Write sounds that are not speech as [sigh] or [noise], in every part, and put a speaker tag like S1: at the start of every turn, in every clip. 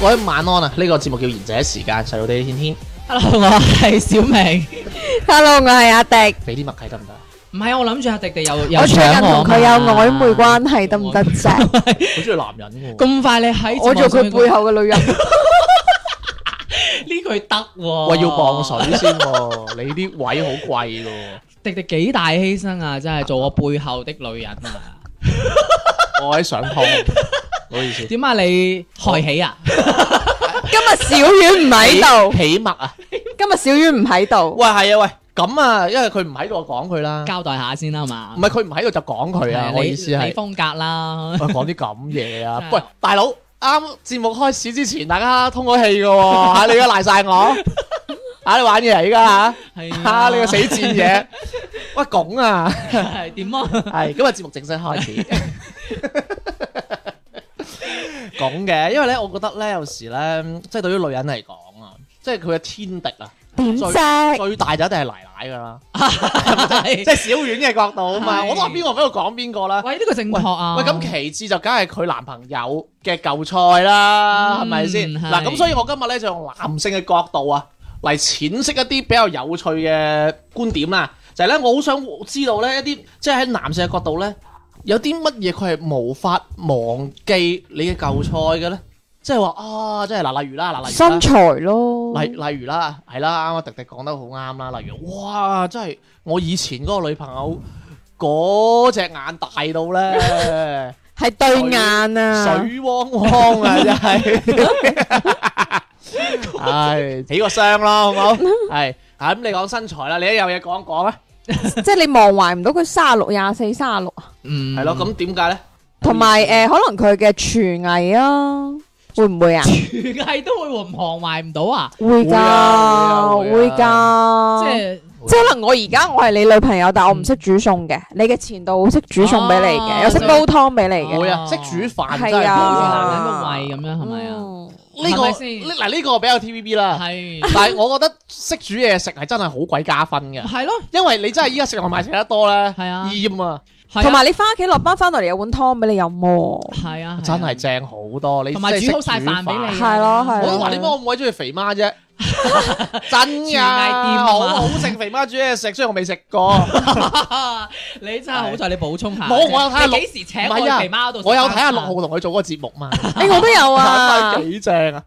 S1: 各位晚安啊！呢、個節目叫賢者時間，細佬哋天天，
S2: Hello，我係小明。
S3: Hello，我係阿迪。
S1: 俾啲默契得唔得？好
S2: 唔係，我諗住阿迪迪又又
S3: 我最近
S2: 搶
S3: 同
S2: 我嘛
S3: 佢有曖昧關係得唔得啫？
S1: 中意男人喎。
S2: [laughs] 咁快你喺
S3: 我做佢背
S2: 後
S3: 後 [laughs] 嘅女人，
S2: 呢句得喎。
S1: 喂，要磅。水先喎，你啲位好貴㗎喎。
S2: 迪迪幾大犧牲啊！真係做我背後的女人啊！
S1: 我喺上堂，唔好意 [laughs] 思。
S2: 點啊？你害喜啊？
S3: 今日小丸唔喺度，
S1: 起默啊！
S3: 今日小丸唔喺度，
S1: 喂，係啊，喂，咁啊，因為佢唔喺度，我講佢啦。
S2: 交代下先啦嘛
S1: 唔。係佢唔喺度就講佢
S2: 係
S1: 啊！
S2: 你
S1: 我意思
S2: 你
S1: 係，
S2: 風格啦。
S1: 喂，講啲咁嘢啊！ [laughs]
S2: 真係
S1: 喂，大佬，啱節目開始之前，大家通咗氣㗎喎，嚇你而家賴晒我，嚇你玩嘢啊！而家嚇。
S2: 係
S1: 啊！你個
S2: [laughs]
S1: 死賤嘢， [laughs] 喂拱啊！
S2: 係點啊？
S1: 係今日節目正式開 [laughs] 始，拱嘅，因為咧，我覺得咧，有時咧，即係對於女人嚟講啊，即係佢嘅天敵啊，
S3: 點
S1: 最
S3: 啫？
S1: 最大就一定係奶奶噶啦，即
S2: 係
S1: 係小丸嘅角度啊嘛，
S2: 係
S1: 我都話邊個喺度講邊個啦。
S2: 喂，呢個正確啊！
S1: 喂，咁其次就梗係佢男朋友嘅舊菜啦，係咪先？
S2: 嗯係
S1: 嗱，咁所以我今日咧就用男性嘅角度啊，嚟淺釋一啲比較有趣嘅觀點啦。就係咧，我好想知道咧一啲，即係喺男性嘅角度咧，有啲乜嘢佢係無法忘記你嘅舊菜嘅咧？即係話啊，即係嗱，例如啦，嗱，例如啦
S3: 身。材咯，
S1: 例例如啦，係啦，啱啱迪迪講得好啱啦。例如，哇，真係我以前嗰個女朋友嗰隻眼大到咧，
S3: 係對眼啊，
S1: 水汪汪啊，真係。唉，起個箱啦，好冇？係啊，咁你講身材啦，你一有嘢講講啊。
S3: 即係你忘懷唔到佢三十六、廿四、三十六啊，
S2: 嗯
S1: 係咯，咁點解咧？
S3: 同埋誒，可能佢嘅廚藝啊，會唔會啊？
S2: 廚藝都會唔行埋唔到啊！
S3: 會
S1: 會啊
S3: 㗎，
S1: 會啊
S3: 會㗎，
S2: 即係
S3: 即係可能我而家我係你女朋友，但我唔識煮餸嘅，你嘅前度識煮餸俾你
S2: 嗯哦
S3: 嘅，又識煲湯俾你
S2: 哦
S3: 嘅，
S1: 會啊，識煮飯真
S3: 係
S1: 係好
S3: 啊
S2: 男人個胃咁樣係咪啊？
S3: 嗯？
S1: 呢個
S2: 係咪先
S1: 呢嗱呢個比較 TVB 啦，
S2: 係
S1: 但係我覺得識煮嘢食係真係好鬼加分嘅。
S2: 係咯，
S1: 因為你真係依家食外賣食得多咧，
S2: 係啊
S1: 厭啊，
S2: 係啊
S3: 同埋你翻屋企落班翻到嚟有碗湯俾你飲
S2: [laughs]
S3: 喎，
S2: 係啊，
S1: 真係正好多。你
S2: 同埋
S1: 即係識
S2: 煮好晒飯俾
S1: 煮
S2: 你，啊
S3: 係咯係咯
S1: 飯。我
S2: Ờ.
S1: 都話你幫我咁鬼中意肥媽啫，真
S2: 全係掂
S1: 噶，
S2: 啊
S1: 好好食肥媽煮嘢食，雖然我未食過。
S2: [laughs] 你真係好在你補充下。
S1: 冇我有睇下
S2: 你
S1: 六
S2: 幾時請
S1: 唔
S2: 我去
S1: 係啊
S2: 肥媽嗰度食飯啊？
S1: 我有睇下六號同佢做嗰個節目嘛，
S3: 誒我都有啊
S1: 真係，幾正啊！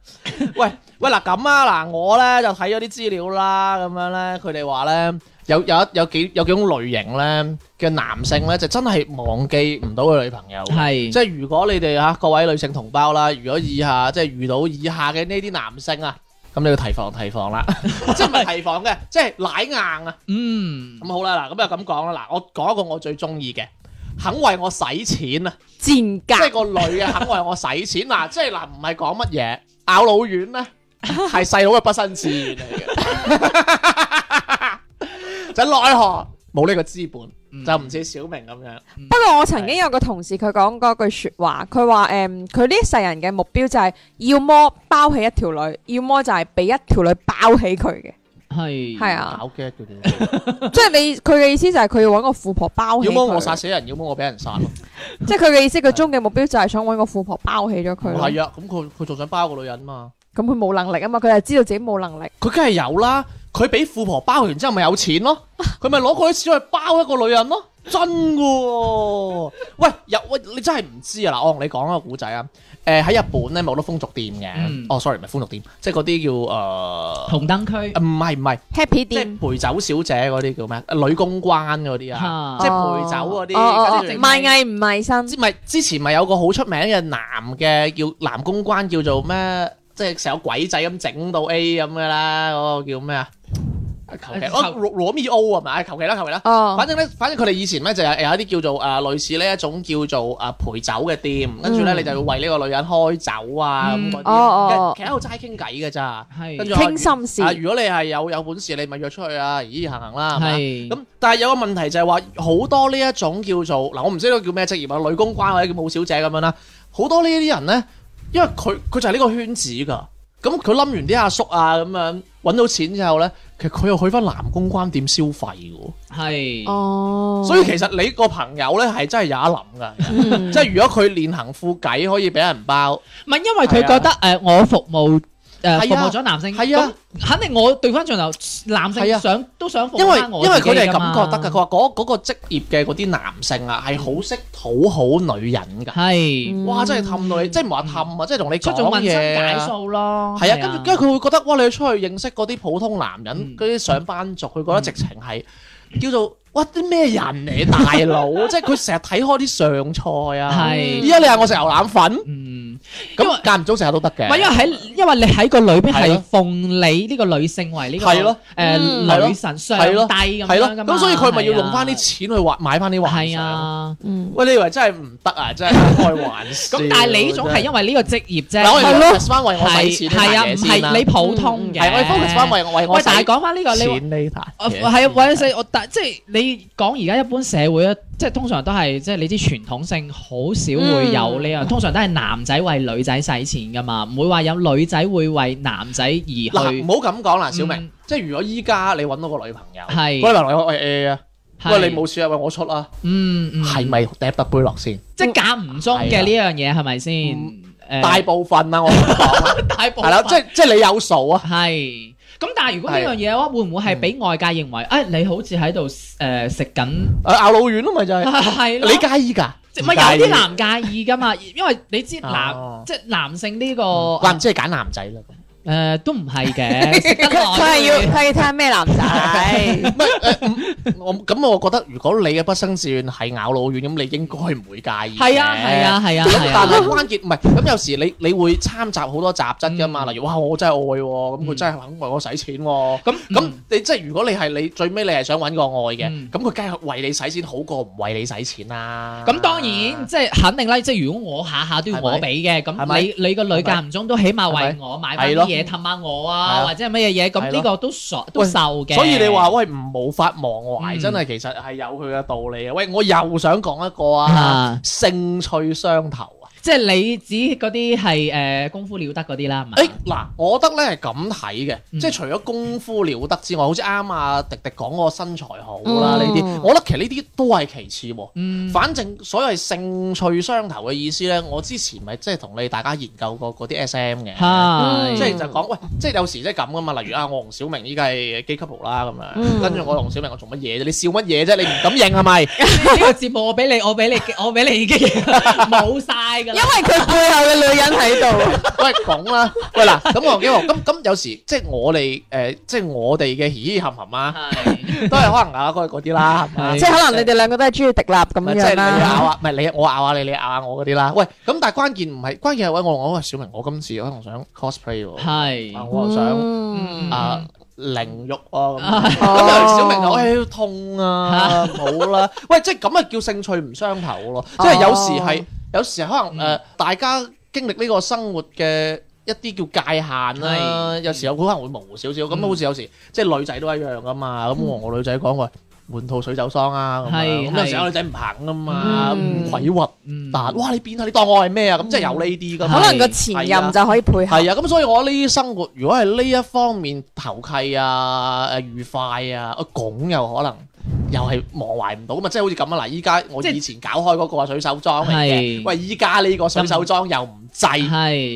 S1: 喂喂嗱咁啊嗱，我咧就睇咗啲資料啦，咁樣咧佢哋話咧有有一有幾有幾種類型咧嘅男性咧就真係忘記唔到佢女朋友嘅。
S2: 係
S1: 即係如果你哋嚇各位女性同胞啦，如果以下即係遇到以下嘅呢啲男性啊，咁你要提防提防啦，即係唔係提防嘅，即係奶硬啊。
S2: 嗯
S1: 咁好啦，嗱，咁就咁講啦，嗱，我講一個我最中意嘅，肯為我使錢啊，
S3: 賤
S1: 即係
S3: 格，
S1: 個女啊肯為我使錢嗱，即係嗱唔係講乜嘢咬老丸咧，係細佬嘅不生之願嚟嘅， [laughs] 就奈何冇呢個資本，
S2: 嗯
S1: 就唔似小明咁樣，
S3: 不過我曾經有個同事佢講過一句説話，佢話誒佢呢一世人嘅目標就係要麼包起一條女，要麼就係俾一條女包起佢嘅，
S2: 係
S3: 係啊，
S1: 搞 get 嘅啫。
S3: 即係你佢嘅意思就係佢要揾個富婆包起
S1: 要麼我殺
S3: 佢，
S1: 死人，要麼我俾人殺咯。
S3: 即係佢嘅意思，佢終極目標就係想揾個富婆包起咗佢咯。
S1: 係啊，咁佢佢仲想包個女人嘛？
S3: 咁佢冇能力啊嘛，佢係知道自己冇能力，
S1: 佢梗係有啦，佢俾富婆包完之後咪有錢咯，佢咪攞嗰啲錢去包一個女人咯，真嘅喎！喂，有喂，你真係唔知啊！嗱，我同你講一個古仔啊。誒、喺日本咧，咪好多風俗店嘅。
S2: 嗯
S1: 哦，sorry，唔係風俗店，即係嗰啲叫誒，呃
S2: 紅燈區
S1: 唔係唔係，
S3: Happy
S1: 即係陪酒小姐嗰啲叫咩？女公關嗰啲啊，
S2: 嚇
S1: 即係陪酒嗰啲
S3: 哦哦哦
S1: 嗰啲
S2: 仲
S3: 賣藝唔賣身，
S1: 之咪之前咪有個好出名嘅男嘅叫男公關叫做咩即係成個鬼仔咁整到 A 咁嘅啦，嗰個叫咩啊？求其
S2: 求
S1: 哦羅羅密歐係咪？求其啦，求其啦。
S3: 哦，
S1: 反正咧，反正佢哋以前咧就有有一啲叫做誒、呃、類似呢一種叫做誒陪酒嘅店，跟住咧
S3: 嗯
S1: 你就要為呢個女人開酒啊咁
S2: 嗯
S1: 嗰啲，
S3: 哦哦
S1: 其實其實喺度齋傾偈嘅咋。
S2: 係
S1: 跟住
S3: 傾心事
S1: 啊，如果你係有有本事，你咪約出去啊，咦行行啦，係嘛
S2: 係
S1: 咁但係有個問題就係話，好多呢一種叫做嗱，我唔知呢個叫咩職業啊，女公關或者叫舞小姐咁樣啦，好多呢啲人呢，因為佢佢就係呢個圈子㗎，咁佢冧完啲阿叔啊咁樣揾到錢之後呢，其實佢又去翻男公關店消費㗎喎，
S2: 係
S3: 哦，
S1: 所以其實你個朋友呢係真係有得諗㗎，
S2: [laughs]
S4: 嗯
S1: 即係如果佢練行副計可以俾人包，
S2: 唔係因為佢覺得誒我服務誒服
S1: 係啊
S2: 務咗男性，
S1: 係啊
S2: 咁肯定我對翻轉頭男
S1: 係啊
S2: 性想都想服
S1: 因為
S2: 務翻我
S1: 因為
S2: 自己
S1: 佢哋係
S2: 㗎嘛
S1: 咁覺得㗎，佢話嗰嗰個職業嘅嗰啲男性啊係好識討好女人㗎。
S2: 係
S1: 哇！真係氹到你，即係唔係話氹啊，即係同你
S2: 出做
S1: 講
S2: 問身
S1: 嘢
S2: 解
S1: 啊。
S2: 數咯，
S1: 係啊，跟住跟住佢會覺得，哇！你出去認識嗰啲普通男人，
S2: 嗯
S1: 嗰啲上班族，佢覺得直情係叫做哇啲咩人嚟，大
S2: [laughs]
S1: 佬！即係佢成日睇開啲上菜啊。
S2: 係
S1: 依家你係我食牛腩粉，
S2: 嗯。因為
S1: 咁間唔中成日都得嘅。
S2: 唔係因為喺，因為你喺個裏邊
S1: 係
S2: 係
S1: 咯
S2: 奉你呢個女性為呢個
S1: 係咯
S4: 嗯
S2: 誒女神上帝
S1: 係咯
S2: 咁
S1: 係
S2: 樣
S1: 咯，
S2: 㗎嘛
S1: 咁所以佢咪要用翻啲錢去幻買翻啲幻
S2: 係
S1: 想。
S2: 啊。
S3: 嗯
S1: 喂，你以為真係唔得啊？真係開玩笑。
S2: 咁但係你呢種係因為呢個職業啫，
S1: 嗱，我哋
S3: 係咯
S1: focus 翻為我使
S2: 係
S1: 錢
S2: 係啊，唔係你普通嘅。
S1: 係我哋 focus 翻為為我
S2: 喂
S1: 使，
S2: 但係講翻呢個你話
S1: 錢呢壇
S2: 我
S1: 嘢
S2: 係啊，或者使我但即係你講而家一般社會咧，即係通常都係即係你知傳統性好少會有呢樣，通常都係男仔為女仔使錢噶嘛，唔會話有女仔會為男仔而
S1: 嗱，
S2: 去
S1: 唔好咁講啦，小明
S2: 嗯，
S1: 即係如果依家你揾到個女朋友，
S2: 係
S1: 嗰個女朋友喂 A 啊，
S2: 係
S1: 喂你冇錢啊，喂我出啊，
S2: 嗯嗯
S1: 係咪掟得杯落先？
S2: 即係間唔中嘅呢樣嘢係咪先
S1: 嗯？
S2: 誒
S1: 大部分啊，我咁講
S2: [laughs] 大部
S1: 係啦，即係即係你有
S2: [laughs]
S1: 數啊，
S2: 係。咁但係如果呢樣嘢嘅話，會唔會係俾外界認為，誒你好似喺度誒食緊
S1: 誒咬老丸咯，咪就係
S2: [laughs] 係咯？
S1: 你介意㗎？
S2: 即咪有
S1: 唔介意
S2: 啲男介意噶嘛？ [laughs] 因為你知男
S1: 哦
S2: 即係男性呢個
S1: 怪唔知係揀男仔
S2: [laughs]
S1: 啦。
S2: 誒都唔
S1: [laughs]
S2: 係嘅，食得
S3: 佢佢
S2: 耐
S3: 係要佢係睇下咩男仔，
S1: 我咁我覺得，如果你嘅不生志願係咬老丸，咁你應該唔會介意。
S2: 係啊係。啊係啊係
S1: 但係
S2: 啊，
S1: 關鍵唔係咁，有時你你會參雜好多雜質㗎嘛，
S2: 嗯
S1: 例如哇，我真係愛喎，咁佢
S2: 嗯
S1: 真係肯為我使錢喎。
S2: 咁嗯
S1: 咁
S2: 咁
S1: 你即係如果你係你最尾你係想揾個愛嘅，
S2: 嗯
S1: 咁佢梗係為你使錢好過唔為你使錢啦。
S2: 咁當然即係肯定啦，即係如果我下下都要我俾嘅，
S1: 係咪
S2: 咁你你個女間唔中都起碼為我買翻
S1: 係
S2: 啲
S1: 咯
S2: 嘢氹下我
S1: 係啊
S2: 啊，或者係乜嘢嘢，
S1: 係咯
S2: 咁呢個都傻都受嘅。
S1: 所以你話喂唔無法忘懷，
S2: 嗯
S1: 真係其實係有佢嘅道理嘅。喂，我又想講一個啊，
S2: 啊，
S1: 興趣相投啊！
S2: 即係你指嗰啲係誒功夫了得嗰啲啦，係咪
S1: 誒？嗱，我覺得咧係咁睇嘅，
S2: 嗯
S1: 即係除咗功夫了得之外，好似啱啊迪迪講嗰個身材好啦呢啲
S3: 嗯，
S1: 我覺得其實呢啲都係其次喎。
S2: 嗯，
S1: 反正所謂興趣相投嘅意思咧，我之前咪即係同你大家研究過嗰啲 SM 嘅。
S2: 係
S3: 嗯
S1: 即係就講喂，即係有時即係咁噶嘛。例如啊，我同小明依家係基 couple 啦咁樣，
S3: 嗯
S1: 跟住我同小明我做乜嘢啫？你笑乜嘢啫？你唔敢認係咪？
S3: [laughs]
S2: 呢個節目我俾你，我俾你，我俾你
S1: [laughs]
S2: 已經冇晒㗎
S3: 因
S2: 啦
S3: 為。佢背後嘅女人喺
S1: [laughs]
S3: 度，
S1: 喂，講啦，喂嗱，咁我同基 couple，咁咁有時即係我哋誒，即係我哋嘅嘻嘻含含啊，
S2: 係
S1: 都係可能啊嗰嗰啲啦，係嘛
S2: 係
S3: 即係可能你哋兩嗯個都係中意迪立咁
S1: 即係
S3: 樣
S1: 你咬
S3: 啦。
S1: 啊，唔係你我咬下你，你咬下我嗰啲啦。喂，咁但係關鍵唔係，關鍵係喂我我喂小明，我今次可能想 cosplay 喎，啊
S2: 係
S1: 我又想
S3: 嗯
S1: 啊凌辱啊咁。 [laughs] 咁
S3: 哦
S1: 有時小明就唉痛
S2: [laughs]
S1: 啊，唔好啦。喂，即係咁啊叫興趣唔相投咯。
S2: 哦
S1: 即係有時係，有時可能誒、
S2: 嗯
S1: 呃大家經歷呢個生活嘅一啲叫界限啦。
S2: 係
S1: 有時有可能會模糊少少。咁、
S2: 嗯
S1: 好似有時即係女仔都一樣噶嘛。咁我同我女仔講話。換套水酒桑啊，咁樣
S2: 係
S1: 咁有
S2: 係
S1: 時有女仔唔肯噶嘛，
S3: 嗯
S1: 唔鬼核
S2: 嗯
S1: 突，哇！你變下，你當我係咩啊？咁即係有呢啲噶嘛
S3: 可。能個前任就可以配合。
S1: 係啊，咁所以我呢啲生活，如果係呢一方面投契啊、誒愉快啊、啊拱又可能又係忘懷唔到嘛，即係好似咁啊！嗱，依家我
S2: 即係
S1: 以前搞開嗰個水手裝嚟嘅，
S2: 係
S1: 喂，依家呢個水手裝又唔制，係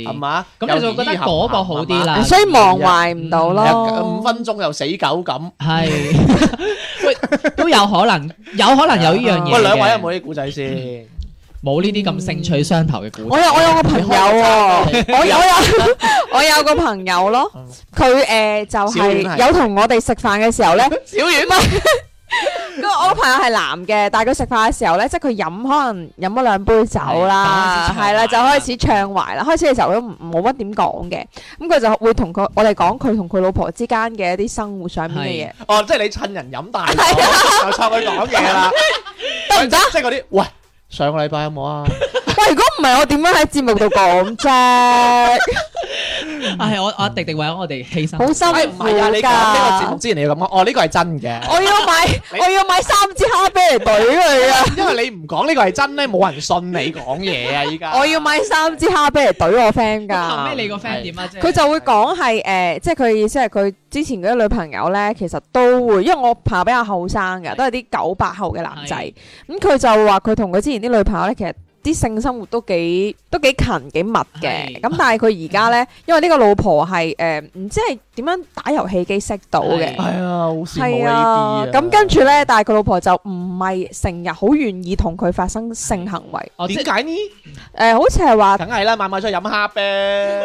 S2: 係
S1: 嘛？
S2: 咁你就覺得嗰個好啲啦
S3: 所以忘懷唔到
S1: 又
S3: 咯
S1: 耳，合合，五分鐘又死狗咁。 [laughs]
S2: 係喂都有可能，有可能有呢樣嘢嘅。
S1: 喂，兩位有冇啲故仔先？
S2: [laughs] 冇呢啲咁興趣相投
S3: [laughs]
S2: 嘅故
S3: 我
S2: 事？
S3: 有我有個朋友
S1: 你開
S3: 喎，
S1: 個
S3: 我有我有 [laughs] 我有個朋友咯
S1: 嗯，
S3: 佢誒就
S1: 小丸係 [laughs]
S3: 係有同我哋食飯嘅時候咧，
S1: 小丸
S3: 唔係跟住我個朋友係男嘅，但係佢食飯嘅時候咧，即係佢飲可能飲咗兩杯酒啦，
S2: 係
S3: 係啦，就
S2: 開
S3: 開
S2: 始
S3: 始暢懷啦。開始嘅時候都唔冇乜點講嘅，咁佢就會同佢我哋講佢同佢老婆之間嘅一啲生活上面嘅嘢，
S1: 哦，即係你趁人飲大咗，
S2: 啊
S1: 就湊佢講嘢
S2: [laughs]
S1: 啦，
S3: 得唔得？
S1: 即係嗰啲喂。上個禮拜有冇啊？
S3: 喂，如果唔係我點樣喺節目度講
S1: [laughs]
S3: 啫？
S2: 系我我迪迪為咗我哋犧牲，
S3: 好辛
S1: 哎唔
S3: 苦
S1: 係啊！你講呢個節目
S3: 㗎。
S1: 之前你要咁講，哦呢個係
S3: [laughs]
S1: 真嘅，
S3: 我要買，
S1: [laughs] 你
S3: 我要買三支蝦啤嚟懟佢啊！
S1: 因為你唔講呢個係真咧，冇人信你講嘢啊！依家
S3: 我要買三支蝦啤嚟懟我 friend 㗎。
S2: 後尾你個 friend 點啊？即係
S3: 佢就會講係誒，呃即係佢意思係佢之前嗰啲女朋友咧，其實都會，因為我朋友比較後生嘅，
S2: 係
S3: 都係啲九八後嘅男仔。
S2: 係
S3: 咁佢就話佢同佢之前啲女朋友咧，其實啲性生活都幾都幾勤幾密嘅。
S2: 係
S3: 咁但係佢而家咧， [laughs] 因為呢個老婆係誒唔知係點樣打遊戲機識到嘅
S2: 係。
S1: 係啊，好羨慕
S3: 係
S1: 呢啲
S3: 啊
S1: 啊，！
S3: 咁跟住咧，但係佢老婆就唔係成日好願意同佢發生性行為，
S2: 我即
S1: 點解呢？
S3: 誒、好似係話
S1: 梗係啦，買買出去飲蝦啤。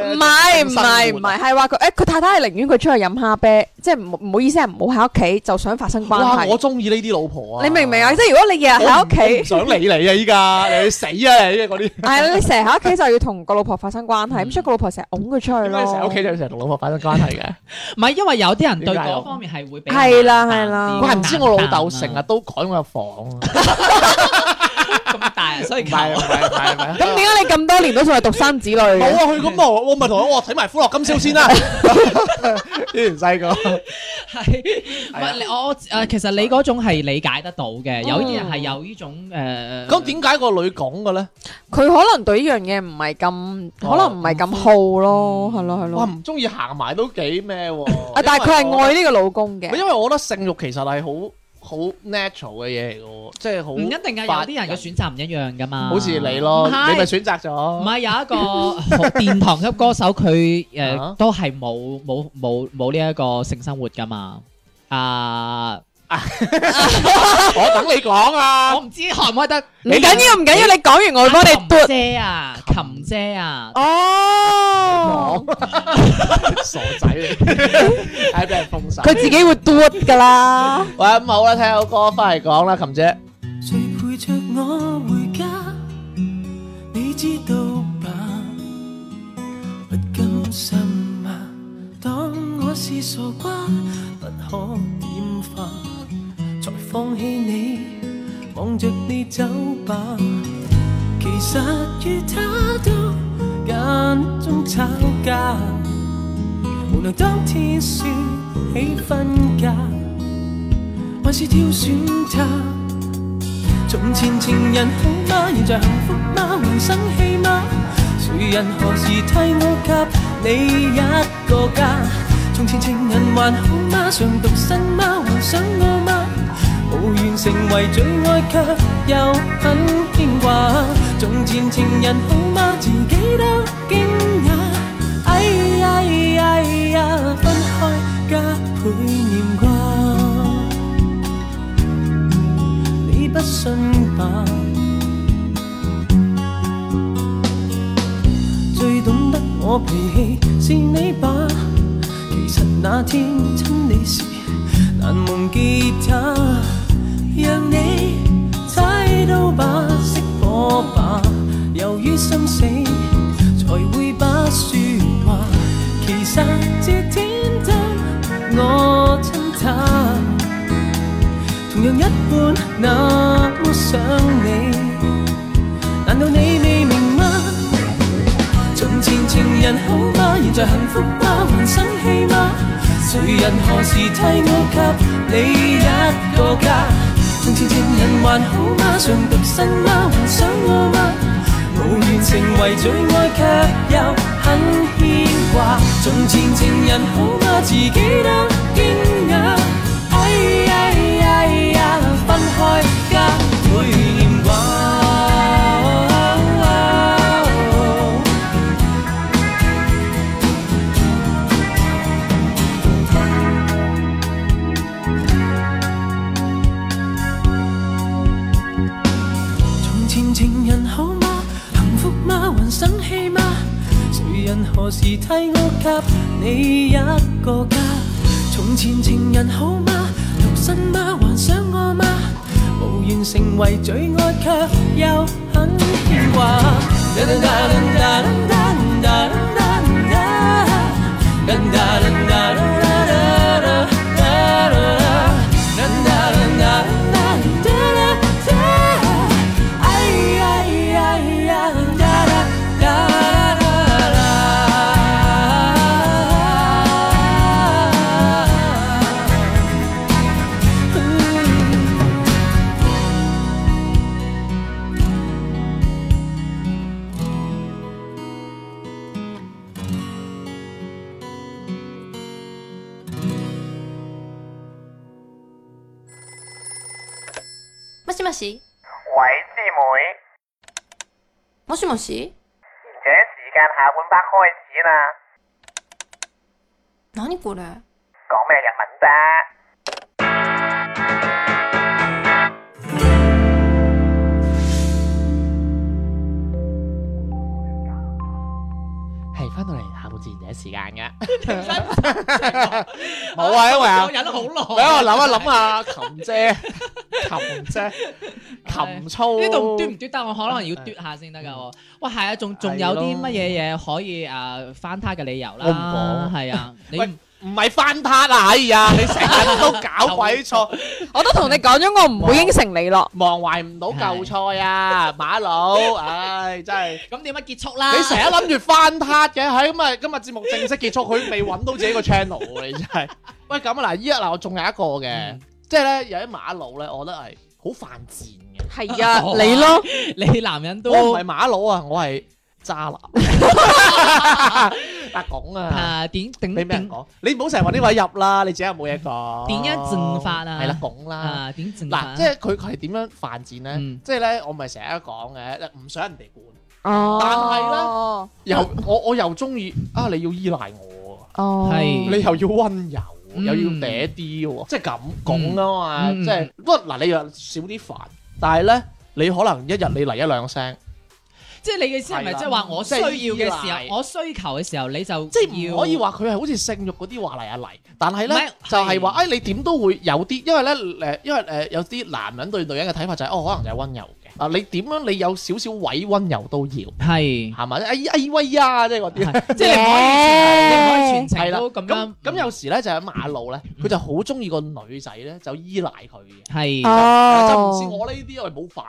S1: [laughs]
S3: 唔
S1: 唔
S3: 係唔係唔係，係話佢誒佢太太係寧願佢出去飲蝦啤，即係唔唔好意思係唔好喺屋企就想發生關
S1: 哇！
S3: 係。
S1: 我中意呢啲老婆啊！
S3: 你明唔明啊？即係如果你日日喺屋
S1: 我唔
S3: 企，
S1: 想理你啊！依家你去死啊！你嗰啲，
S3: 係啦，你成日喺屋企就要同個老婆發生關係，
S2: 嗯
S3: 咁所以個老婆成日拱佢出去
S1: 點解你成日
S3: 咯
S1: 屋。企就成日同老婆發生關係嘅？
S2: 唔係因為有啲人對
S1: 點解啊
S2: 嗰方面係會比較
S3: 係啦
S2: 冷淡
S3: 係啦
S2: 啲
S1: 怪唔知我老豆
S2: 冷淡啊
S1: 成日都趕我入
S3: [laughs]
S1: 房啊。
S2: 咁大，所以
S1: 唔
S2: 求
S1: 係唔係唔係唔係。
S3: 咁點解你咁多年都仲係獨
S1: [laughs]
S3: 生子女
S1: 冇
S3: 嘅？
S1: 啊！佢咁啊，我咪同佢我睇埋《歡樂今宵》
S3: [laughs]
S1: 先啦。以前細個
S2: 係
S1: 係
S2: 唔
S1: 啊
S2: 係你我誒？其實
S1: Vâng.
S2: 你嗰種係理解得到嘅，有
S1: Ờ.
S2: 啲人係有呢種誒。
S1: 咁點解個女講嘅咧？
S3: 佢可能對呢樣嘢唔係咁，
S1: 哦
S3: 可能唔係咁好咯，係咯係
S1: 哇！
S3: 咯。
S1: 唔中意行埋都幾咩喎？
S3: 啊，但係佢係愛呢個老公
S1: 唔係
S3: 嘅。
S1: 因為我覺得性欲其實係好好 natural 嘅嘢嚟嘅喎，即係好
S2: 唔一定嘅，有啲人嘅選擇唔一樣噶嘛。
S1: à. 好似你咯，
S2: 唔係
S1: 你咪選擇
S2: 唔
S1: 咗。
S2: 係有一個 [laughs] 殿堂級歌手，佢
S1: 啊
S2: 誒都係冇冇冇冇呢一個性生活噶嘛？啊！
S1: 我等你講啊
S2: 我！唔知可唔可以得？
S3: 唔緊要唔緊要，你講完我會幫你
S2: 琴
S3: 嘟。
S2: 姐啊，琴姐啊，
S3: 哦，
S1: [laughs] 傻仔嚟，睇俾人封殺。
S3: 佢自己會嘟㗎啦。
S1: 喂咁好啦，聽首歌翻嚟講啦，琴姐。
S5: 谁陪着我回家？你知道吧？不甘心啊！当我是傻瓜，不可点化，才放弃你，望着你走吧。其实与他都间中吵架，无奈当天说起分家，还是挑选他。從前情人好嗎？現在幸福嗎？還生氣嗎？誰人何時替我給你一個家？從前情人還好嗎？尚獨身嗎？還想我嗎？無緣成為最愛，卻又很牽掛。從前情人好嗎？自己都驚訝。哎呀哎呀，分開加倍念掛。你不信吧？最懂得我脾氣是你吧？其實那天親你時，難忘記他，讓你猜到吧，識我吧，由於心死，才會把説話。其實這天真，我親他。同樣一半那麼想你，難道你未明嗎？從前情人好嗎？現在幸福嗎？還生氣嗎？誰人何時替我給你一個家？從前情人還好嗎？尚獨身嗎？還想我嗎？無緣成為最愛，卻又很牽掛。從前情人好嗎？自己都驚訝。哎呀呀呀，分開家會念掛。從前情人好嗎？幸福嗎？還生氣嗎？誰人何時替我給你一個家？從前情人好嗎？獨身嗎？還想我嗎？無緣成為最愛，卻又很牽掛。
S6: もしもし
S7: 喂，師妹，
S6: もしもし
S7: 而且時間下半 part 開始啦，
S6: 何これ
S7: 講咩日文啫？
S8: 係翻到嚟下部自然嘅時間嘅，
S1: [laughs] 冇啊，因為啊，
S2: 忍好耐。
S1: 俾我諗一諗
S2: [laughs]
S1: 啊，琴姐，琴姐，琴操，
S2: 呢度嘟唔嘟得？我可能要嘟下先得
S1: 嗯
S2: 㗎喎。喂，係啊，仲仲有啲乜嘢嘢可以誒翻他嘅理由啦？
S1: 我唔講
S2: 係
S1: [laughs]
S2: 啊，你
S1: 喂唔係翻撻啊！哎呀，你成日都搞鬼
S2: [laughs]
S1: 錯，
S3: 我都同你講咗，我唔會應承你咯。
S1: 忘懷唔到舊菜啊，馬佬，唉，真係。
S2: 咁點樣結束啦？
S1: 你成日諗住翻撻嘅，喺咁啊！今日節目正式結束，佢未揾到自己個 channel 喎，你真
S2: [laughs]
S1: 係。喂，咁啊嗱，依家嗱，我仲有一個嘅
S2: 嗯，
S1: 即係咧有啲馬佬咧，我覺得係好犯賤嘅。
S3: 係啊，你咯，
S2: 你男人都
S1: 我唔係馬佬啊，我係渣
S2: [laughs]
S1: 男。阿講啊，
S2: 啊點頂
S1: 俾咩人
S2: 點
S1: 講？你唔好成日揾呢位入啦，你自己有冇嘢講？
S2: 點樣正法啊
S1: 係啦，講啦。
S2: 啊點正法
S1: 嗱，即係佢佢係點樣犯賤咧？
S2: 嗯
S1: 即係咧，我咪成日都講嘅，唔想人哋管，
S3: 哦
S1: 但係咧又我我又中意啊！你要依賴我。
S3: 哦，
S2: 係
S1: 你又要温柔，
S2: 嗯
S1: 又要嗲啲喎，即係咁講啊嘛，
S2: 嗯嗯
S1: 即係不過嗱，你又少啲煩，但係咧，你可能一日你嚟一兩聲，
S2: 即係你嘅意思係咪
S1: 係啦
S2: 即係話我需要嘅
S1: 即係依
S2: 時
S1: 賴
S2: 候，我需求嘅時候你就
S1: 即係唔可以
S2: 要
S1: 話佢係好似性慾嗰啲話嚟啊嚟，但係
S2: 唔
S1: 咧
S2: 係
S1: 就係話，
S2: 係
S1: 誒、你點都會有啲，因為咧誒，因為誒有啲男人對女人嘅睇法就係、哦，可能就係温柔嘅啊，你點樣你有少少委温柔都要。
S2: 係
S1: 係咪？哎哎喂呀，即係嗰啲，
S2: 係即係你唔可以全你唔可以全
S1: 係
S2: 程
S1: 啦。
S2: 都咁
S1: 咁
S2: 樣
S1: 咁有時咧就喺馬路咧，佢就好中意個女仔咧，就依賴佢嘅。啊
S3: 哦，
S2: 係
S1: 就唔似我呢啲我係冇煩，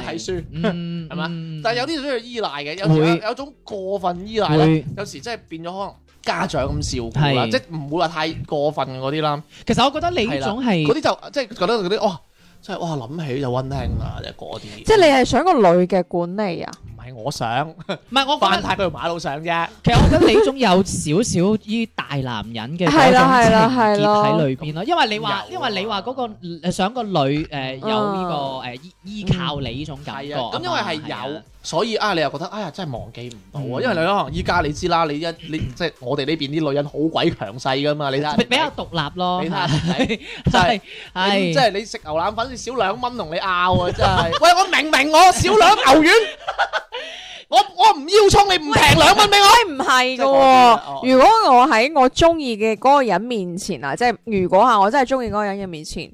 S1: 打睇書
S2: 嗯
S1: [laughs] 係嘛
S2: 嗯
S1: 但係有啲就需要依賴嘅，有時
S2: 會
S1: 有有種過分依賴咧，
S2: 會
S1: 有時真係變咗可能家長咁照顧啦，
S2: 係
S1: 即係唔會話太過分嗰啲啦，
S2: 其實我覺得你呢種係
S1: 嗰啲就即係覺得嗰啲哇，真係哇諗起就温馨啦，即係嗰啲。
S3: 即係你係想個女嘅管理啊？
S1: 唔係我想 [laughs]
S2: 唔係我覺
S1: 翻
S2: 得
S1: 太佢條馬路上啫，
S2: 其實我覺得你種有少少於大男人嘅嗰
S3: 係啦係啦
S2: 種
S3: 係
S2: 情結
S3: 啦
S2: 喺裏邊咯，因為你話
S1: 有啊
S2: 因為你話嗰個呃想個女誒有呢個
S3: 嗯
S2: 誒依依靠你呢種感
S1: 係
S2: 覺啊
S1: 啊，
S2: 嘛，
S1: 咁因為係有
S2: 啊，
S1: 所以啊你又覺得哎呀真係忘記唔到
S2: 嗯
S1: 啊，因為你可能依家你知啦，你一你即係我哋呢邊啲女人好鬼強勢噶嘛，你睇下
S2: [laughs] 比比較獨立咯，
S1: 你睇下
S2: [laughs] 係
S1: 真係
S2: 係係
S1: 即係你食牛腩粉你少兩蚊同你拗啊！真係，喂我明明我少兩牛丸，我我唔要葱，
S2: [laughs]
S1: 你唔平兩蚊俾我。
S3: 喂，唔係
S1: 即
S3: 噶
S1: 係嗰啲
S3: 喎
S1: 啊哦。
S3: 如果我喺我中意嘅嗰個人面前啊，即係如果嚇我真係中意嗰個人嘅面前，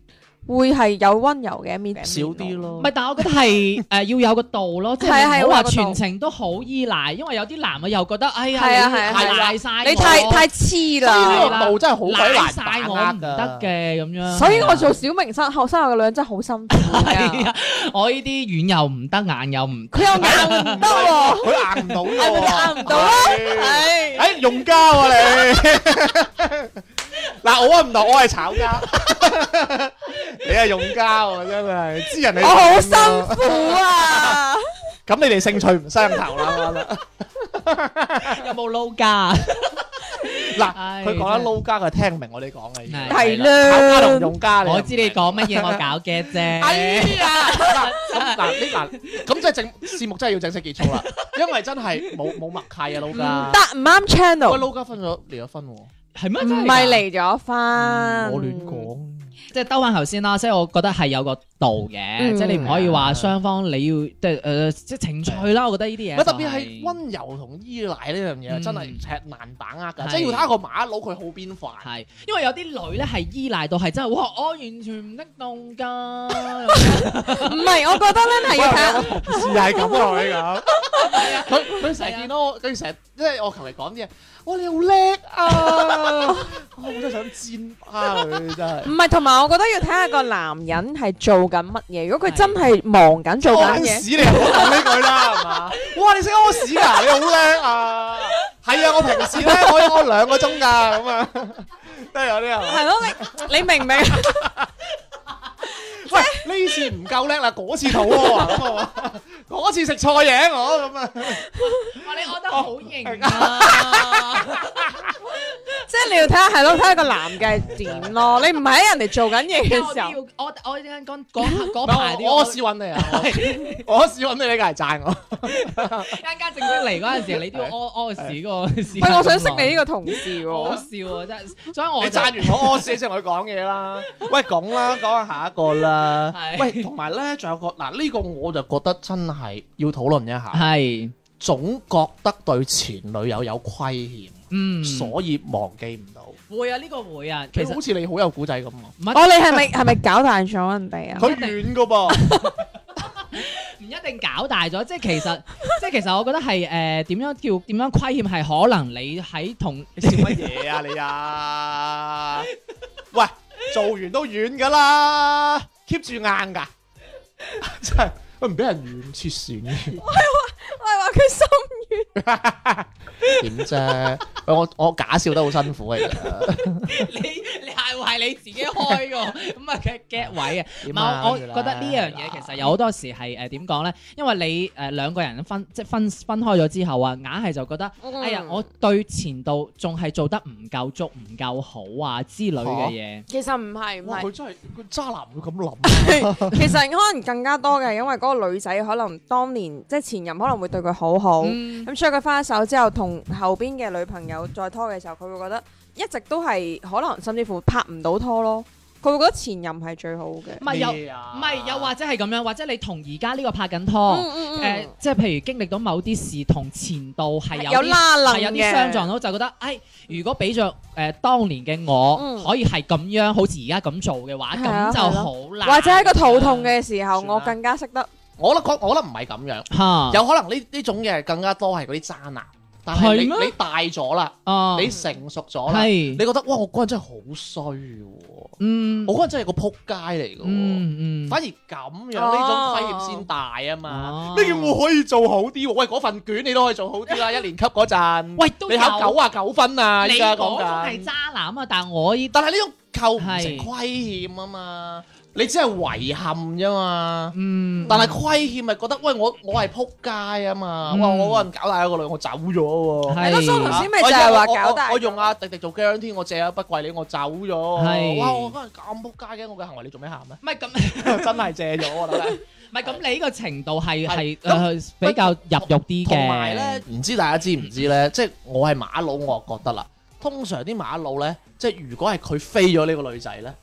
S3: 會係有温柔嘅一面
S1: 少啲。咯
S2: 唔係，，但係我
S3: [laughs]
S2: 覺得係誒要有個度咯，即
S3: 係
S2: 係
S3: 係
S2: 你唔
S3: 要
S2: 好話
S3: 有個度
S2: 全程都好依賴，因為有啲男嘅又覺得，哎呀，
S3: 係啊
S2: 你
S3: 係啊係啊
S2: 賴晒
S3: 你
S2: 我
S3: 太太黐
S1: 呢
S3: 啦，
S2: 啦
S1: 個度真係好鬼
S2: 賴
S1: 難
S2: 晒
S1: 把
S2: 我
S1: 握
S2: 唔
S1: 㗎
S2: 得。嘅咁樣。
S3: 所以我做小明生後生嘅女人真係好辛苦
S2: 係
S3: 㗎。
S2: 啊， [laughs] 我呢啲軟又唔得，硬又唔
S3: 佢又硬唔得喎，
S1: 佢硬唔到
S3: 係咪
S1: 喎，
S3: 就硬唔到啊？
S1: Ờ,
S3: 係。
S1: 誒用膠啊 [laughs] 你！嗱，我啊唔同，我係炒膠， [laughs] 你係用膠啊，真係知人哋
S3: 我好辛苦 [laughs] 啊！
S1: 咁你哋興趣唔相投啦，我覺得。
S2: 有冇撈家？
S1: 嗱，
S2: 唉
S1: 佢講得
S2: 真係
S1: 撈家，佢聽唔明我哋講嘅嘢。
S2: 係
S3: 啦
S1: 炒家同用家，
S3: Ờ,
S2: 我
S1: 又
S2: 知
S1: 唔明
S2: 你講乜嘢，我搞嘅
S1: 哎
S3: [laughs]
S2: 啫。
S1: 呀，嗱咁嗱呢嗱，咁即係正節目真係要正式結 [laughs] 束啦，因為真係冇冇默契啊，老家。
S3: 得唔啱
S1: 喂，
S3: channel，
S1: 老家分咗離咗婚喎，
S2: 係咩？
S3: 唔
S2: 真係㗎
S3: 係離咗婚，
S1: 我亂講。
S2: 即係兜翻頭先啦，即係我覺得係有個度嘅，
S3: 嗯
S2: 即係你唔可以話雙方你要即係誒即係情趣啦，我覺得呢啲
S1: 唔
S2: 嘢
S1: 係啊
S2: 就係。
S1: 特別係温柔同依賴呢樣嘢，
S2: 嗯
S1: 真係赤難把握㗎。
S2: 係
S1: 即係要睇一個馬佬佢好邊快。
S2: 係，因為有啲女咧係依賴到係真係，哇！我完全唔識
S3: [laughs]
S2: 動㗎，
S3: 唔係，我覺得咧係要睇下。
S1: 是係咁啊！佢咁，佢佢成日見到我，佢成日即係啊我求其講啲嘢，哇！你好叻 [laughs] 啊！我好真係想煎啊！佢真係
S3: 唔。係，同埋我覺得要睇下個男人係做緊乜嘢。如果佢真係忙緊做緊
S1: 屙
S3: 嘢，
S1: 屎你又唔好講呢句啦，係嘛？ [laughs] 哇！你識屙屎㗎？你好叻啊！係啊，我平時咧可以屙兩個鐘㗎，咁啊，都有啲 [laughs] 係嘛。
S3: 係咯，你你明唔明？
S1: 喂，呢次唔夠叻啦，嗰次肚屙啊，咁 [laughs] 啊嘛，嗰次食錯嘢我咁啊。
S2: 哇！你安得好型啊！
S3: 即係你要睇下係咯，睇下個男嘅係點咯。你唔係喺人哋做緊嘢
S2: 因為我
S3: [laughs] 嘅時候
S2: 都，要我我
S3: [laughs]
S2: 陣間講嗰嗰排啲
S1: 我屙屎揾你啊！我屙屎揾你，你梗係讚我。
S2: 間間正式嚟嗰陣時，你都要屙屙屎嗰個時間。
S3: 喂，我想識你呢個同事
S2: 好
S3: 喎。
S2: 笑啊！真係，所以我
S1: 你
S2: 就
S1: 讚完 [laughs] 我屙屎先同佢講嘢啦。喂，講啦，講下下一個啦。
S2: 係
S1: 喂，同埋咧，仲有個嗱，呢個我就覺得真係要討論一下，
S2: 係
S1: 總覺得對前女友有虧欠，
S2: 嗯
S1: 所以忘記唔到。
S2: 會啊，呢個會啊，其
S1: 其
S2: 實
S1: 實好似你好有古仔咁喎。
S2: 唔
S3: 哦，
S2: 一
S3: 你係咪係咪搞大咗人哋啊？
S1: 佢遠噶噃，
S2: 唔一定搞大咗，即係其實 [laughs] 即係其實我覺得係誒點樣叫點樣虧欠係可能你喺同 [laughs]
S1: 你笑乜嘢啊你啊？ [laughs] 喂，做完都遠噶啦，keep 住硬噶， [laughs] 真係喂唔俾人軟切線嘅。
S2: [laughs]
S3: 我係話佢心軟。
S1: 點啫？喂，我我假笑得好辛苦啊嚟噶。
S2: 你你係係你自己開㗎， [laughs] 咁啊嘅 get 位啊，唔
S1: 點
S2: 係
S1: 啊
S2: 我我覺得呢樣嘢其實有好多時係誒點講咧，因為你誒、兩個人分即係分分開咗之後啊，硬係就覺得。哎呀，我對前度仲係做得唔夠足、唔夠好啊之類嘅嘢，
S3: 其實唔係唔
S1: [laughs] 哇！
S3: 係。
S1: 佢真係個渣男會咁諗。啊
S3: 其實可能更加多嘅係因為嗰個女仔可能當年即係前任可能會對佢好好，咁、
S2: 嗯
S3: 所以佢分咗手之後，同後邊嘅女朋友再拖嘅時候，佢會覺得一直都係可能甚至乎拍唔到拖咯，佢會覺得前任係最好嘅。
S2: 唔係又
S1: 咩啊
S2: 唔係又或者係咁樣，或者你同而家呢個拍緊拖，
S3: 嗯嗯嗯
S2: 誒、即係譬如經歷到某啲事同前度係有
S3: 有
S2: 啲
S3: 拉楞
S2: 係有啲
S3: 嘅
S2: 相撞到，就覺得，哎，如果俾着誒當年嘅我，
S3: 嗯
S2: 可以係咁樣，好似而家咁做嘅話，
S3: 係啊
S2: 咁就好啦。
S3: 或者喺個肚痛嘅時候，
S1: 算啦
S3: 我更加識得
S1: 我覺得我覺得唔係咁樣，
S2: 嚇，
S1: 有可能呢呢種嘢係更加多係嗰啲渣男。但係你
S2: 係咩
S1: 你大咗啦，
S2: 啊
S1: 你成熟咗啦，你
S2: 係
S1: 覺得哇！我嗰陣真係好衰喎，
S2: 嗯
S1: 我嗰陣真係個撲街嚟嘅喎。
S2: 嗯嗯
S1: 反而咁樣呢種虧欠先大啊嘛
S2: 哦！
S1: 咩叫我可以做好啲喎？喂，嗰份卷你都可以做好啲啦，一年級嗰陣，
S2: 喂都
S1: 你考
S2: 有
S1: 九啊九分啊，
S2: 你
S1: 依家
S2: 嗰
S1: 講
S2: 種係
S1: 緊。
S2: 渣男啊，但我依
S1: 但係呢種構唔成虧欠啊嘛，你只係遺憾啫嘛。
S2: 嗯
S1: 但係虧欠係覺得，喂，我我係撲街啊嘛，哇！
S2: 嗯
S1: 我嗰陣搞大咗個女，我走咗喎。
S3: 係咯，所以
S2: 係
S3: 頭
S1: 啊
S3: 先咪就係話
S1: 我我
S3: 搞大
S1: 我我用阿迪迪做 guarantee，我借咗筆貴你，我走咗。
S2: 係
S1: 哇！我嗰陣咁撲街嘅，我嘅行為你做咩喊咧？啊
S2: 唔係
S1: [laughs]
S2: 咁，
S1: 真係借咗我
S2: [laughs]
S1: 覺得。
S2: 唔係咁，你呢個程度係
S1: 係
S2: 係
S1: 咁
S2: 誒比較入肉啲嘅。
S1: 同埋咧，唔知大家知唔知咧？即係我係馬佬，我就覺得啦。通常啲馬佬咧，即係如果係佢飛咗呢個女仔咧，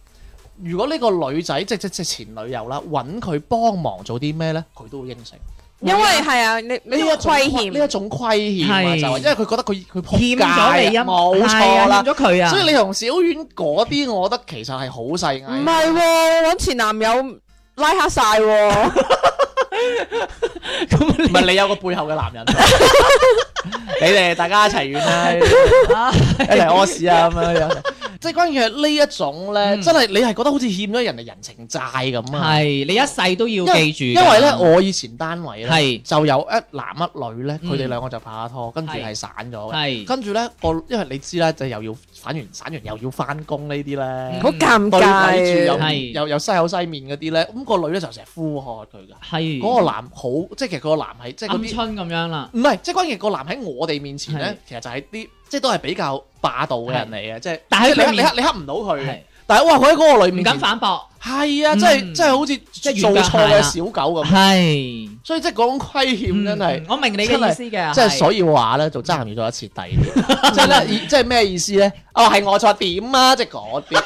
S1: 如果呢個女仔即即即前女友啦，揾佢幫忙做啲咩咧，佢都會應承。
S3: 因為係啊，你你
S1: 呢一種
S3: 虧
S1: 呢一
S3: 欠，
S1: 種虧欠啊，
S2: 係
S1: 就係因為佢覺得佢佢仆
S2: 欠
S1: 街啊
S2: 咗你啊，
S1: 冇
S2: 係
S1: 錯
S2: 啊
S1: 啦。
S2: 欠咗佢啊。
S1: 所
S2: [laughs]
S1: 以你同小丸嗰啲，我覺得其實係好細
S3: 唔
S1: 藝。
S3: 係喎，揾前男友拉黑晒
S2: [laughs]
S3: 喎。
S2: 咁
S1: 唔係你有個背後嘅
S2: [laughs]
S1: 男人，你哋大家一齊遠啦，一齊屙屎啊咁樣樣。即係關鍵係呢一種咧，
S2: 嗯
S1: 真係你係覺得好似欠咗人哋人情債咁啊！
S2: 係你一世都要記住㗎，
S1: 因為咧，我以前單位咧
S2: 係
S1: 就有一男一女咧，
S2: 嗯
S1: 佢哋兩個就拍下拖，跟住係
S2: 係
S1: 散咗嘅。
S2: 係
S1: 跟住咧，我因為你知啦，就又要反完散完又要翻工呢啲
S2: 嗯
S1: 咧，
S3: 好尷
S1: 對
S3: 尬，
S1: 位住又
S2: 係
S1: 又又西口西面嗰啲咧，咁個女咧就成日呼喝佢㗎。
S2: 係
S1: 嗰個男好，即係其實個男係即係嗰
S2: 鵪
S1: 啲。
S2: 鶉咁樣啦，
S1: 唔係，即係關鍵個男喺我哋面前咧
S2: 係，
S1: 其實就係啲即係都係比較霸道嘅人嚟嘅，即係
S2: 但係佢
S1: 即係你
S2: 面
S1: 黑你黑你黑唔到佢嘅
S2: 係，
S1: 但係哇，佢喺嗰個裏
S2: 唔
S1: 面
S2: 敢反駁，
S1: 係啊，真係
S2: 嗯
S1: 真係好似
S2: 即係
S1: 做
S2: 原
S1: 錯
S2: 價
S1: 嘅
S2: 係啊
S1: 小狗咁，
S2: 係
S1: 所以即係嗰種虧欠真係
S2: 嗯。我明你嘅意思嘅，
S1: 即係
S2: 係
S1: 所以話咧，做爭人要做一次底，
S2: [laughs]
S1: 即係咧，意即係咩意思咧？哦，係我錯點啊，即係嗰
S2: [laughs]
S1: 啲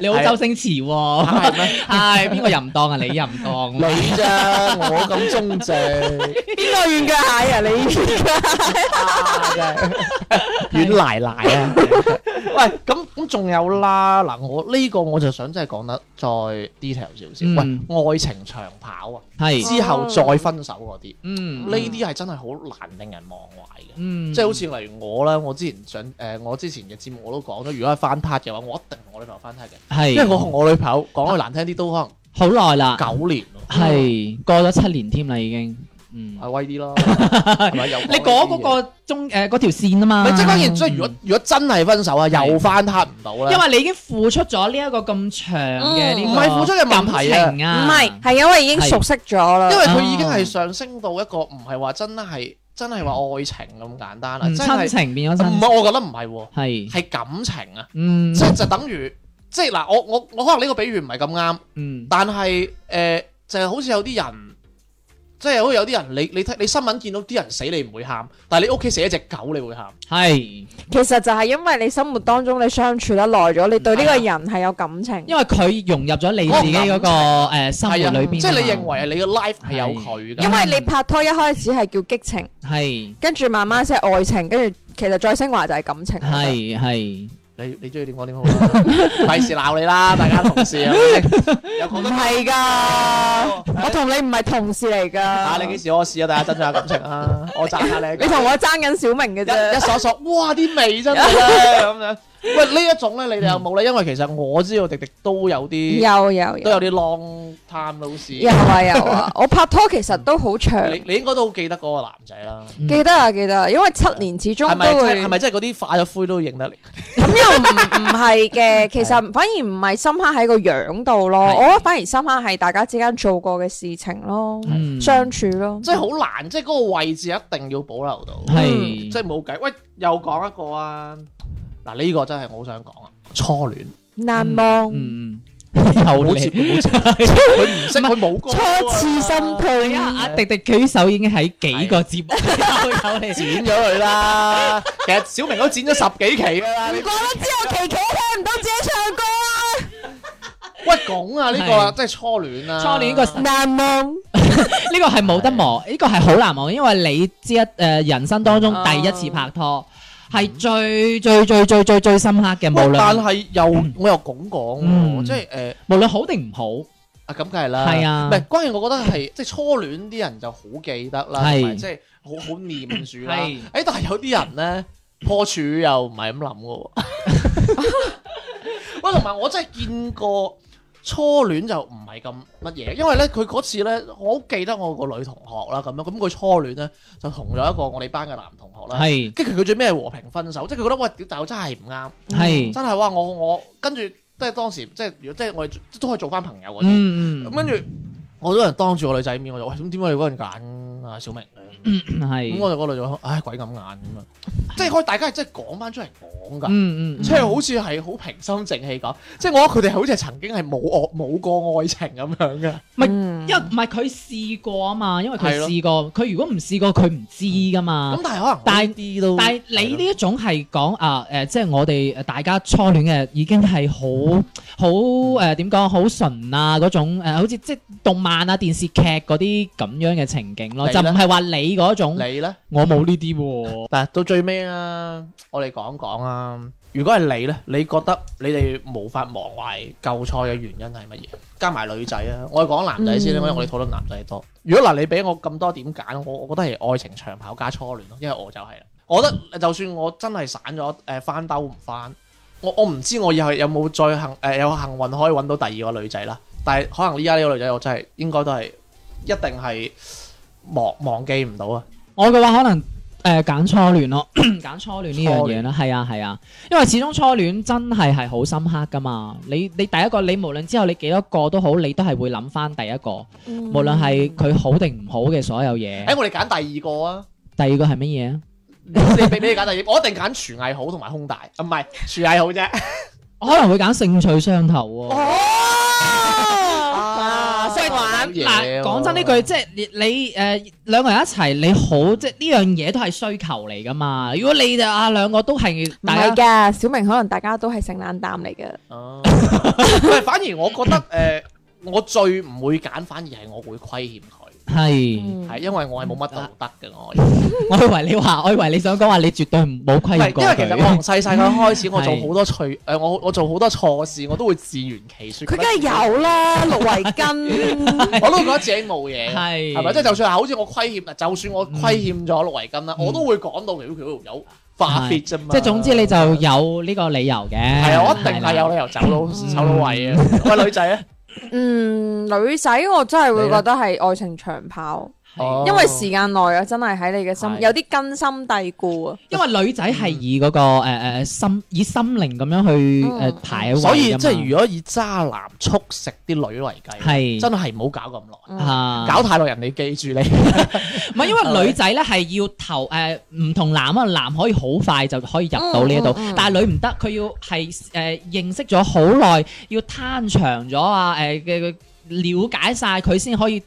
S2: 你好周星馳喎，
S1: 係咩？
S2: [laughs] 係邊個淫當啊？你淫當，
S1: [laughs] 你咋？我咁中
S2: [laughs]
S1: 正，啊
S3: 邊個怨嘅蟹啊？你
S1: 真係軟賴賴啊！ [laughs] 喂，咁咁仲有啦，嗱，我呢個我就想真係講得再 detail 少
S2: 嗯
S1: 少。喂，愛情長跑啊，
S2: 係
S1: 之後再分手嗰啲，
S2: 嗯
S1: 呢啲係真係好難令人忘懷嘅。
S2: 嗯
S1: 即係好似例如我啦，我之前想誒、我之前嘅節目我都講咗，如果係翻 part 嘅話，我一定同我女朋友翻 part 嘅，
S2: 係
S1: 因為我同我女朋友講句難聽啲都可能
S2: 好耐啦，
S1: 九年咯，
S2: 係過咗七年添啦已經，嗯，
S1: 係威啲
S2: [laughs]
S1: 咯，係咪有
S2: 你講嗰個中誒嗰條線啊嘛，
S1: 咪即係關鍵，即係如果如果真係分手啊，又翻 part 唔到咧，
S2: 因為你已經付出咗呢一個咁長嘅呢個
S1: 嗯唔係付出嘅問題啊
S2: 感情
S3: 唔
S2: 啊，
S3: 係，係因為已經熟悉咗啦
S1: 因。為佢已經係上升到一個唔係話真係真係話愛情咁簡單啦，
S2: 唔
S1: 真
S2: 嗯親
S1: 係
S2: 情變咗
S1: 唔
S2: 親情，
S1: 係我覺得唔係喎，
S2: 係
S1: 係感情啊，
S2: 嗯
S1: 即係就等於即係嗱，我我我可能呢個比喻唔係咁啱。
S2: 嗯
S1: 但係誒、呃就係、好似有啲人，即係好似有啲人，你你睇你新聞見到啲人死你唔會喊，但係你屋企死一隻狗你會喊，
S2: 係，
S3: 其實就係因為你生活當中你相處得耐咗，你對呢個人係有感情。
S2: 因為佢融入咗你自己嗰個誒生活
S1: 係
S2: 裏
S1: 啊，
S2: 邊
S1: 即
S2: 啊嘛，
S1: 係你認為你嘅 life 係有佢
S3: 因
S1: 㗎，
S3: 為你拍拖一開始係叫激情，
S2: 係
S3: 跟住慢慢先係愛情，跟住其實再升華就係感情。
S2: 係係
S1: 你你中意點講點好啦， [laughs] 費事鬧你啦，大家同事
S3: [laughs]
S1: 啊，有
S3: 唔
S1: 講得
S3: 係㗎，我同你唔係同事嚟㗎。
S1: 啊，你幾時屙屎啊？大家增進下感情
S3: [laughs]
S1: 啊，我讚下你。
S3: 你同我爭緊小明嘅
S1: 一一
S3: 啫。
S1: 索索，哇！啲味真係
S3: [laughs]
S1: 咧咁樣。喂，呢一種咧，你哋有冇咧？因為其實我知道迪迪都有啲
S3: 有有有
S1: 都有啲 long time 老師。
S3: 有啊有啊！我拍拖其實都好長，
S1: 你你應該都好記得嗰個男仔啦。
S3: 記得啊記得啊，因為七年始終
S1: 係咪
S3: 都
S1: 真
S3: 會
S1: 係。咪真係嗰啲化咗灰都認得你？
S3: 咁又唔
S2: [laughs]
S3: 唔係嘅，其實反而唔係深刻喺個樣度咯，
S1: 係
S3: 我覺得反而深刻係大家之間做過嘅事情咯，
S2: 嗯
S3: 相處咯，
S1: 即係好難，即係嗰個位置一定要保留到，
S3: 嗯
S2: 係
S1: 嗯即係冇計。喂，又講一個啊！嗱，呢個真係我好想講啊！初戀，
S3: 難忘。
S2: 嗯嗯又 [laughs]
S1: 好接
S2: 你。
S1: 冇接，佢唔識，佢冇歌
S2: 嗯
S1: 啊
S3: 初次心
S2: 係啊，
S3: 痛，
S2: 阿迪迪舉手已經喺幾個節目
S1: [laughs]
S2: 有你
S1: 剪咗佢啦。 [laughs] 其實小明都剪咗十幾期㗎啦。
S3: 唔怪得之後琪琪聽唔到自己唱歌
S1: 喂，講啊，呢個啊，真係初戀啊！
S2: 初戀個
S3: 啊！難忘，
S2: 呢個係冇得磨，呢個係好難磨，因為你知一誒、呃人生當中
S1: 啊
S2: 第一次拍拖係最最最最最最深刻嘅，無
S1: 喂但
S2: 論
S1: 係又我又咁講喎，
S2: 嗯
S1: 即係誒
S2: 無論好定唔好，
S1: 啊，咁梗係啦，
S2: 係啊
S1: 唔係關鍵，我覺得係即係初戀啲人就好記得啦，
S2: 係
S1: 同埋即係好好念住啦。
S2: 係
S1: 誒，哎但係有啲人咧破處又唔係咁諗嘅喎。 [laughs] 喂，同埋我真係見過初戀就唔係咁乜嘢，因為咧佢嗰次咧，我好記得我個女同學啦，咁樣咁佢初戀咧就同咗一個我哋班嘅男同學啦，
S2: 係
S1: 跟住佢最尾係和平分手，即係佢覺得喂屌大佬真係唔啱，
S2: 係
S1: 真係哇我我跟住即係當時即係如果即係我哋都可以做翻朋友嗰啲。
S2: 嗯
S1: 咁
S2: 嗯
S1: 跟住我都有人當住我女仔面，我就喂咁點解你嗰陣揀啊小明？咁
S2: 嗯係
S1: 我就嗰女就話唉鬼咁眼咁啊！即係可以大家係真係講翻出嚟講㗎，
S2: 嗯嗯
S1: 即係好似係好平心靜氣講，即係我覺得佢哋好似係曾經係冇愛冇過愛情咁樣嘅，
S2: 咪
S3: 嗯
S2: 因為唔係佢試過啊嘛，因為佢
S1: 係咯
S2: 試過，佢如果唔試過佢唔知噶嘛
S1: 咁。但係可能
S2: 但係
S1: 呢啲都，
S2: 但係你呢一種係講啊誒、即係我哋誒大家初戀嘅已經係好好誒點講，好純啊嗰種、誒好似即係動漫啊、電視劇嗰啲咁樣嘅情景咯，
S1: 你
S2: 就
S1: 呢
S2: 唔係話你嗰種，
S1: 你咧
S2: 我冇呢啲喎。
S1: 嗱到最尾啊，我哋講講啊。如果係你咧，你覺得你哋無法忘懷舊賽嘅原因係乜嘢？加埋女仔啊，我哋講男仔先啦，因為我哋討論男仔多。如果嗱你俾我咁多點揀，我我覺得係愛情長跑加初戀咯，因為我就係啦。我覺得就算我真係散咗，誒翻兜唔翻，我我唔知我以後有冇再幸誒、有幸運可以揾到第二個女仔啦。但係可能依家呢個女仔，我真係應該都係一定係忘忘記唔到啊！
S2: 我嘅話可能誒揀、初戀 [clears throat] 咯，揀初戀呢樣嘢啦，係啊係啊，因為始終初戀真係係好深刻噶嘛。你你第一個你無論之後你幾多個都好，你都係會諗翻第一個，無論係佢好定唔好嘅所有嘢。
S1: 誒、我哋揀第二個啊！
S2: 第二個係乜嘢啊？ [laughs]
S1: 你俾俾你揀第二，我一定揀廚藝好同埋胸大，啊唔係廚藝好啫。
S2: 我可能會揀興趣相投喎。
S3: 哦，
S2: 喂
S1: 嘢喎
S2: 嗱，講真呢句，即係你你誒兩個人一齊，你好即係呢樣嘢都係需求嚟噶嘛。如果你就啊兩個都係
S3: 唔
S2: 大
S3: 係
S2: 家
S3: 嘅，小明可能大家都係聖冷淡嚟嘅。
S1: 哦，喂，反而我覺得诶，我最唔會揀，反而係我會虧欠佢。
S2: 係，
S3: 嗯
S1: 係因為我係冇乜道德嘅我，
S2: 我以為你話，我以為你想講話你絕對唔冇
S1: 唔
S2: 虧
S1: 係
S2: 欠過
S1: 因為其實我從。
S2: 佢
S1: 細細個開
S2: [laughs]
S1: 始，我做
S2: 係
S1: 好多錯誒，我我做好多錯事，我都會自圓其説。
S3: 佢梗係有
S2: [laughs]
S3: 啦，六圍巾。
S1: [laughs] 我都覺得自己冇嘢，
S2: 係
S1: 係咪？即係就算係好似我虧欠，就算我虧欠咗六圍金啦，
S2: 嗯
S1: 我都會講到條條友化 fit 啫嘛。
S2: 即係總之你就有呢個理由嘅。
S3: 嗯
S1: 係啊，我一定係
S2: 啦嗯
S1: 有理由走到走到
S3: [laughs]
S1: 位嘅。喂，女仔啊，
S3: 嗯，女仔我真係會
S2: 啊
S1: 你呢
S3: 覺得係愛情長跑，
S1: 哦
S3: 因為時間耐啊，真係喺你嘅
S1: 係
S3: 心有啲根深蒂固啊。
S2: 因為女仔係以嗰個誒誒心以心靈咁樣去
S3: 嗯
S2: 誒排位㗎啊嘛
S1: 所以即係如果以渣男速食啲女嚟計，啊
S2: 係
S1: 真係唔好搞咁耐。
S3: 嗯
S2: 啊
S1: 搞太耐人哋記住你，
S2: 唔係因為女仔咧係要投誒唔同男啊，男可以好快就可以入到呢一度
S3: 嗯嗯嗯，
S2: 但係女唔得，佢要係誒認識咗好耐，要攤長咗啊誒嘅嘅了解晒佢先可以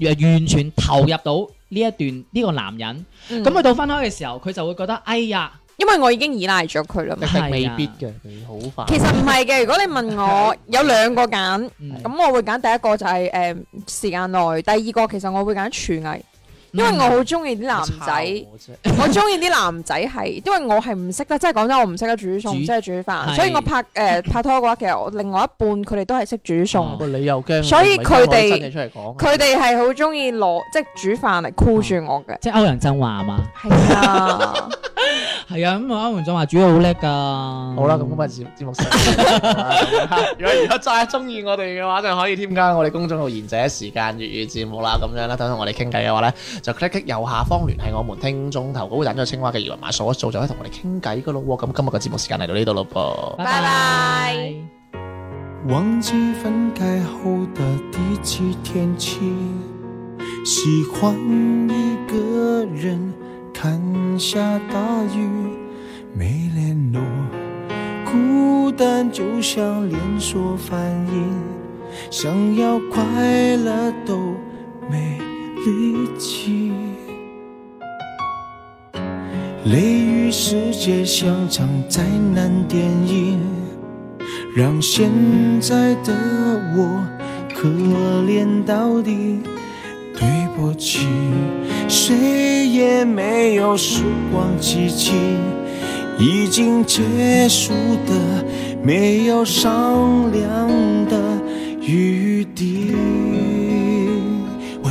S2: 呃完全投入到呢一段呢個男人。
S3: 咁
S2: 咁佢到分開嘅時候，佢就會覺得哎呀，
S3: 嗯因為我已經依賴咗佢啦嘛。
S2: 係啊
S1: 未必嘅，你好快。
S3: 其實唔係嘅，如果你問我有兩個揀，
S2: 嗯
S3: 咁我會揀第一個就係誒時間耐，第二個其實我會揀廚藝，因為我好中意啲男仔。我中意啲男仔係，因為我係唔識得，即係講真，我唔識得煮餸，
S2: 煮
S3: 唔識得煮
S2: 係
S3: 飯，所以我拍誒、呃拍拖嘅話，其實我另外一半佢哋都係識煮餸，
S2: 哦
S1: 喂你又驚，
S3: 所以佢哋
S1: 你咪真係出嚟講啊
S3: 佢哋係好中意攞即係煮飯嚟箍住我嘅，
S2: 即係歐陽震華嘛，
S3: 係啊，
S2: [laughs] 係啊，咁啊歐陽震華煮得好叻㗎。
S1: 好啦，咁今日節節目時間嗯 [laughs] 如果如果真係中意我哋嘅話，就可以添加我哋公眾號賢者時間粵語節目啦。咁樣啦，等等我哋傾偈嘅話咧，就 click click 右下方聯繫我們聽眾投稿會彈咗個青蛙嘅二維碼掃一掃，就可以同我哋傾偈噶咯喎。咁今日嘅節目時間嚟到呢度咯噃。
S2: 拜
S3: 拜
S2: 拜。
S5: 忘记分开后的第几天起，喜欢一个人看下大雨，没联络，孤单就像连锁反应，想要快乐都没力气。泪与世界像场灾难电影。让现在的我可怜到底。对不起，谁也没有时光机器，已经结束的，没有商量的余地。我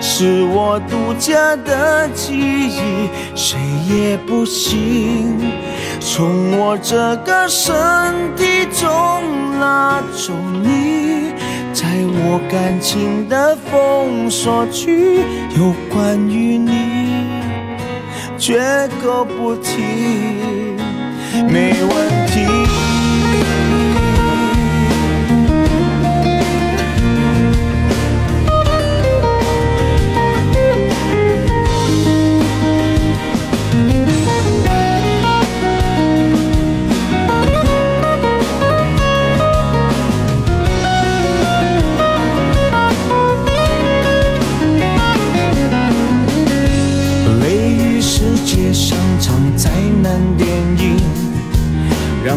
S5: 是我独家的记忆，谁也不行从我这个身体中拉走你。在我感情的封锁区，有关于你，绝口不提，没问题。雷雨世界上场灾难电影，让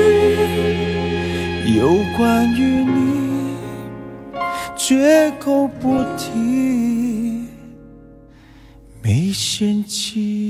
S5: 区，有关于你，绝口不提，没嫌弃。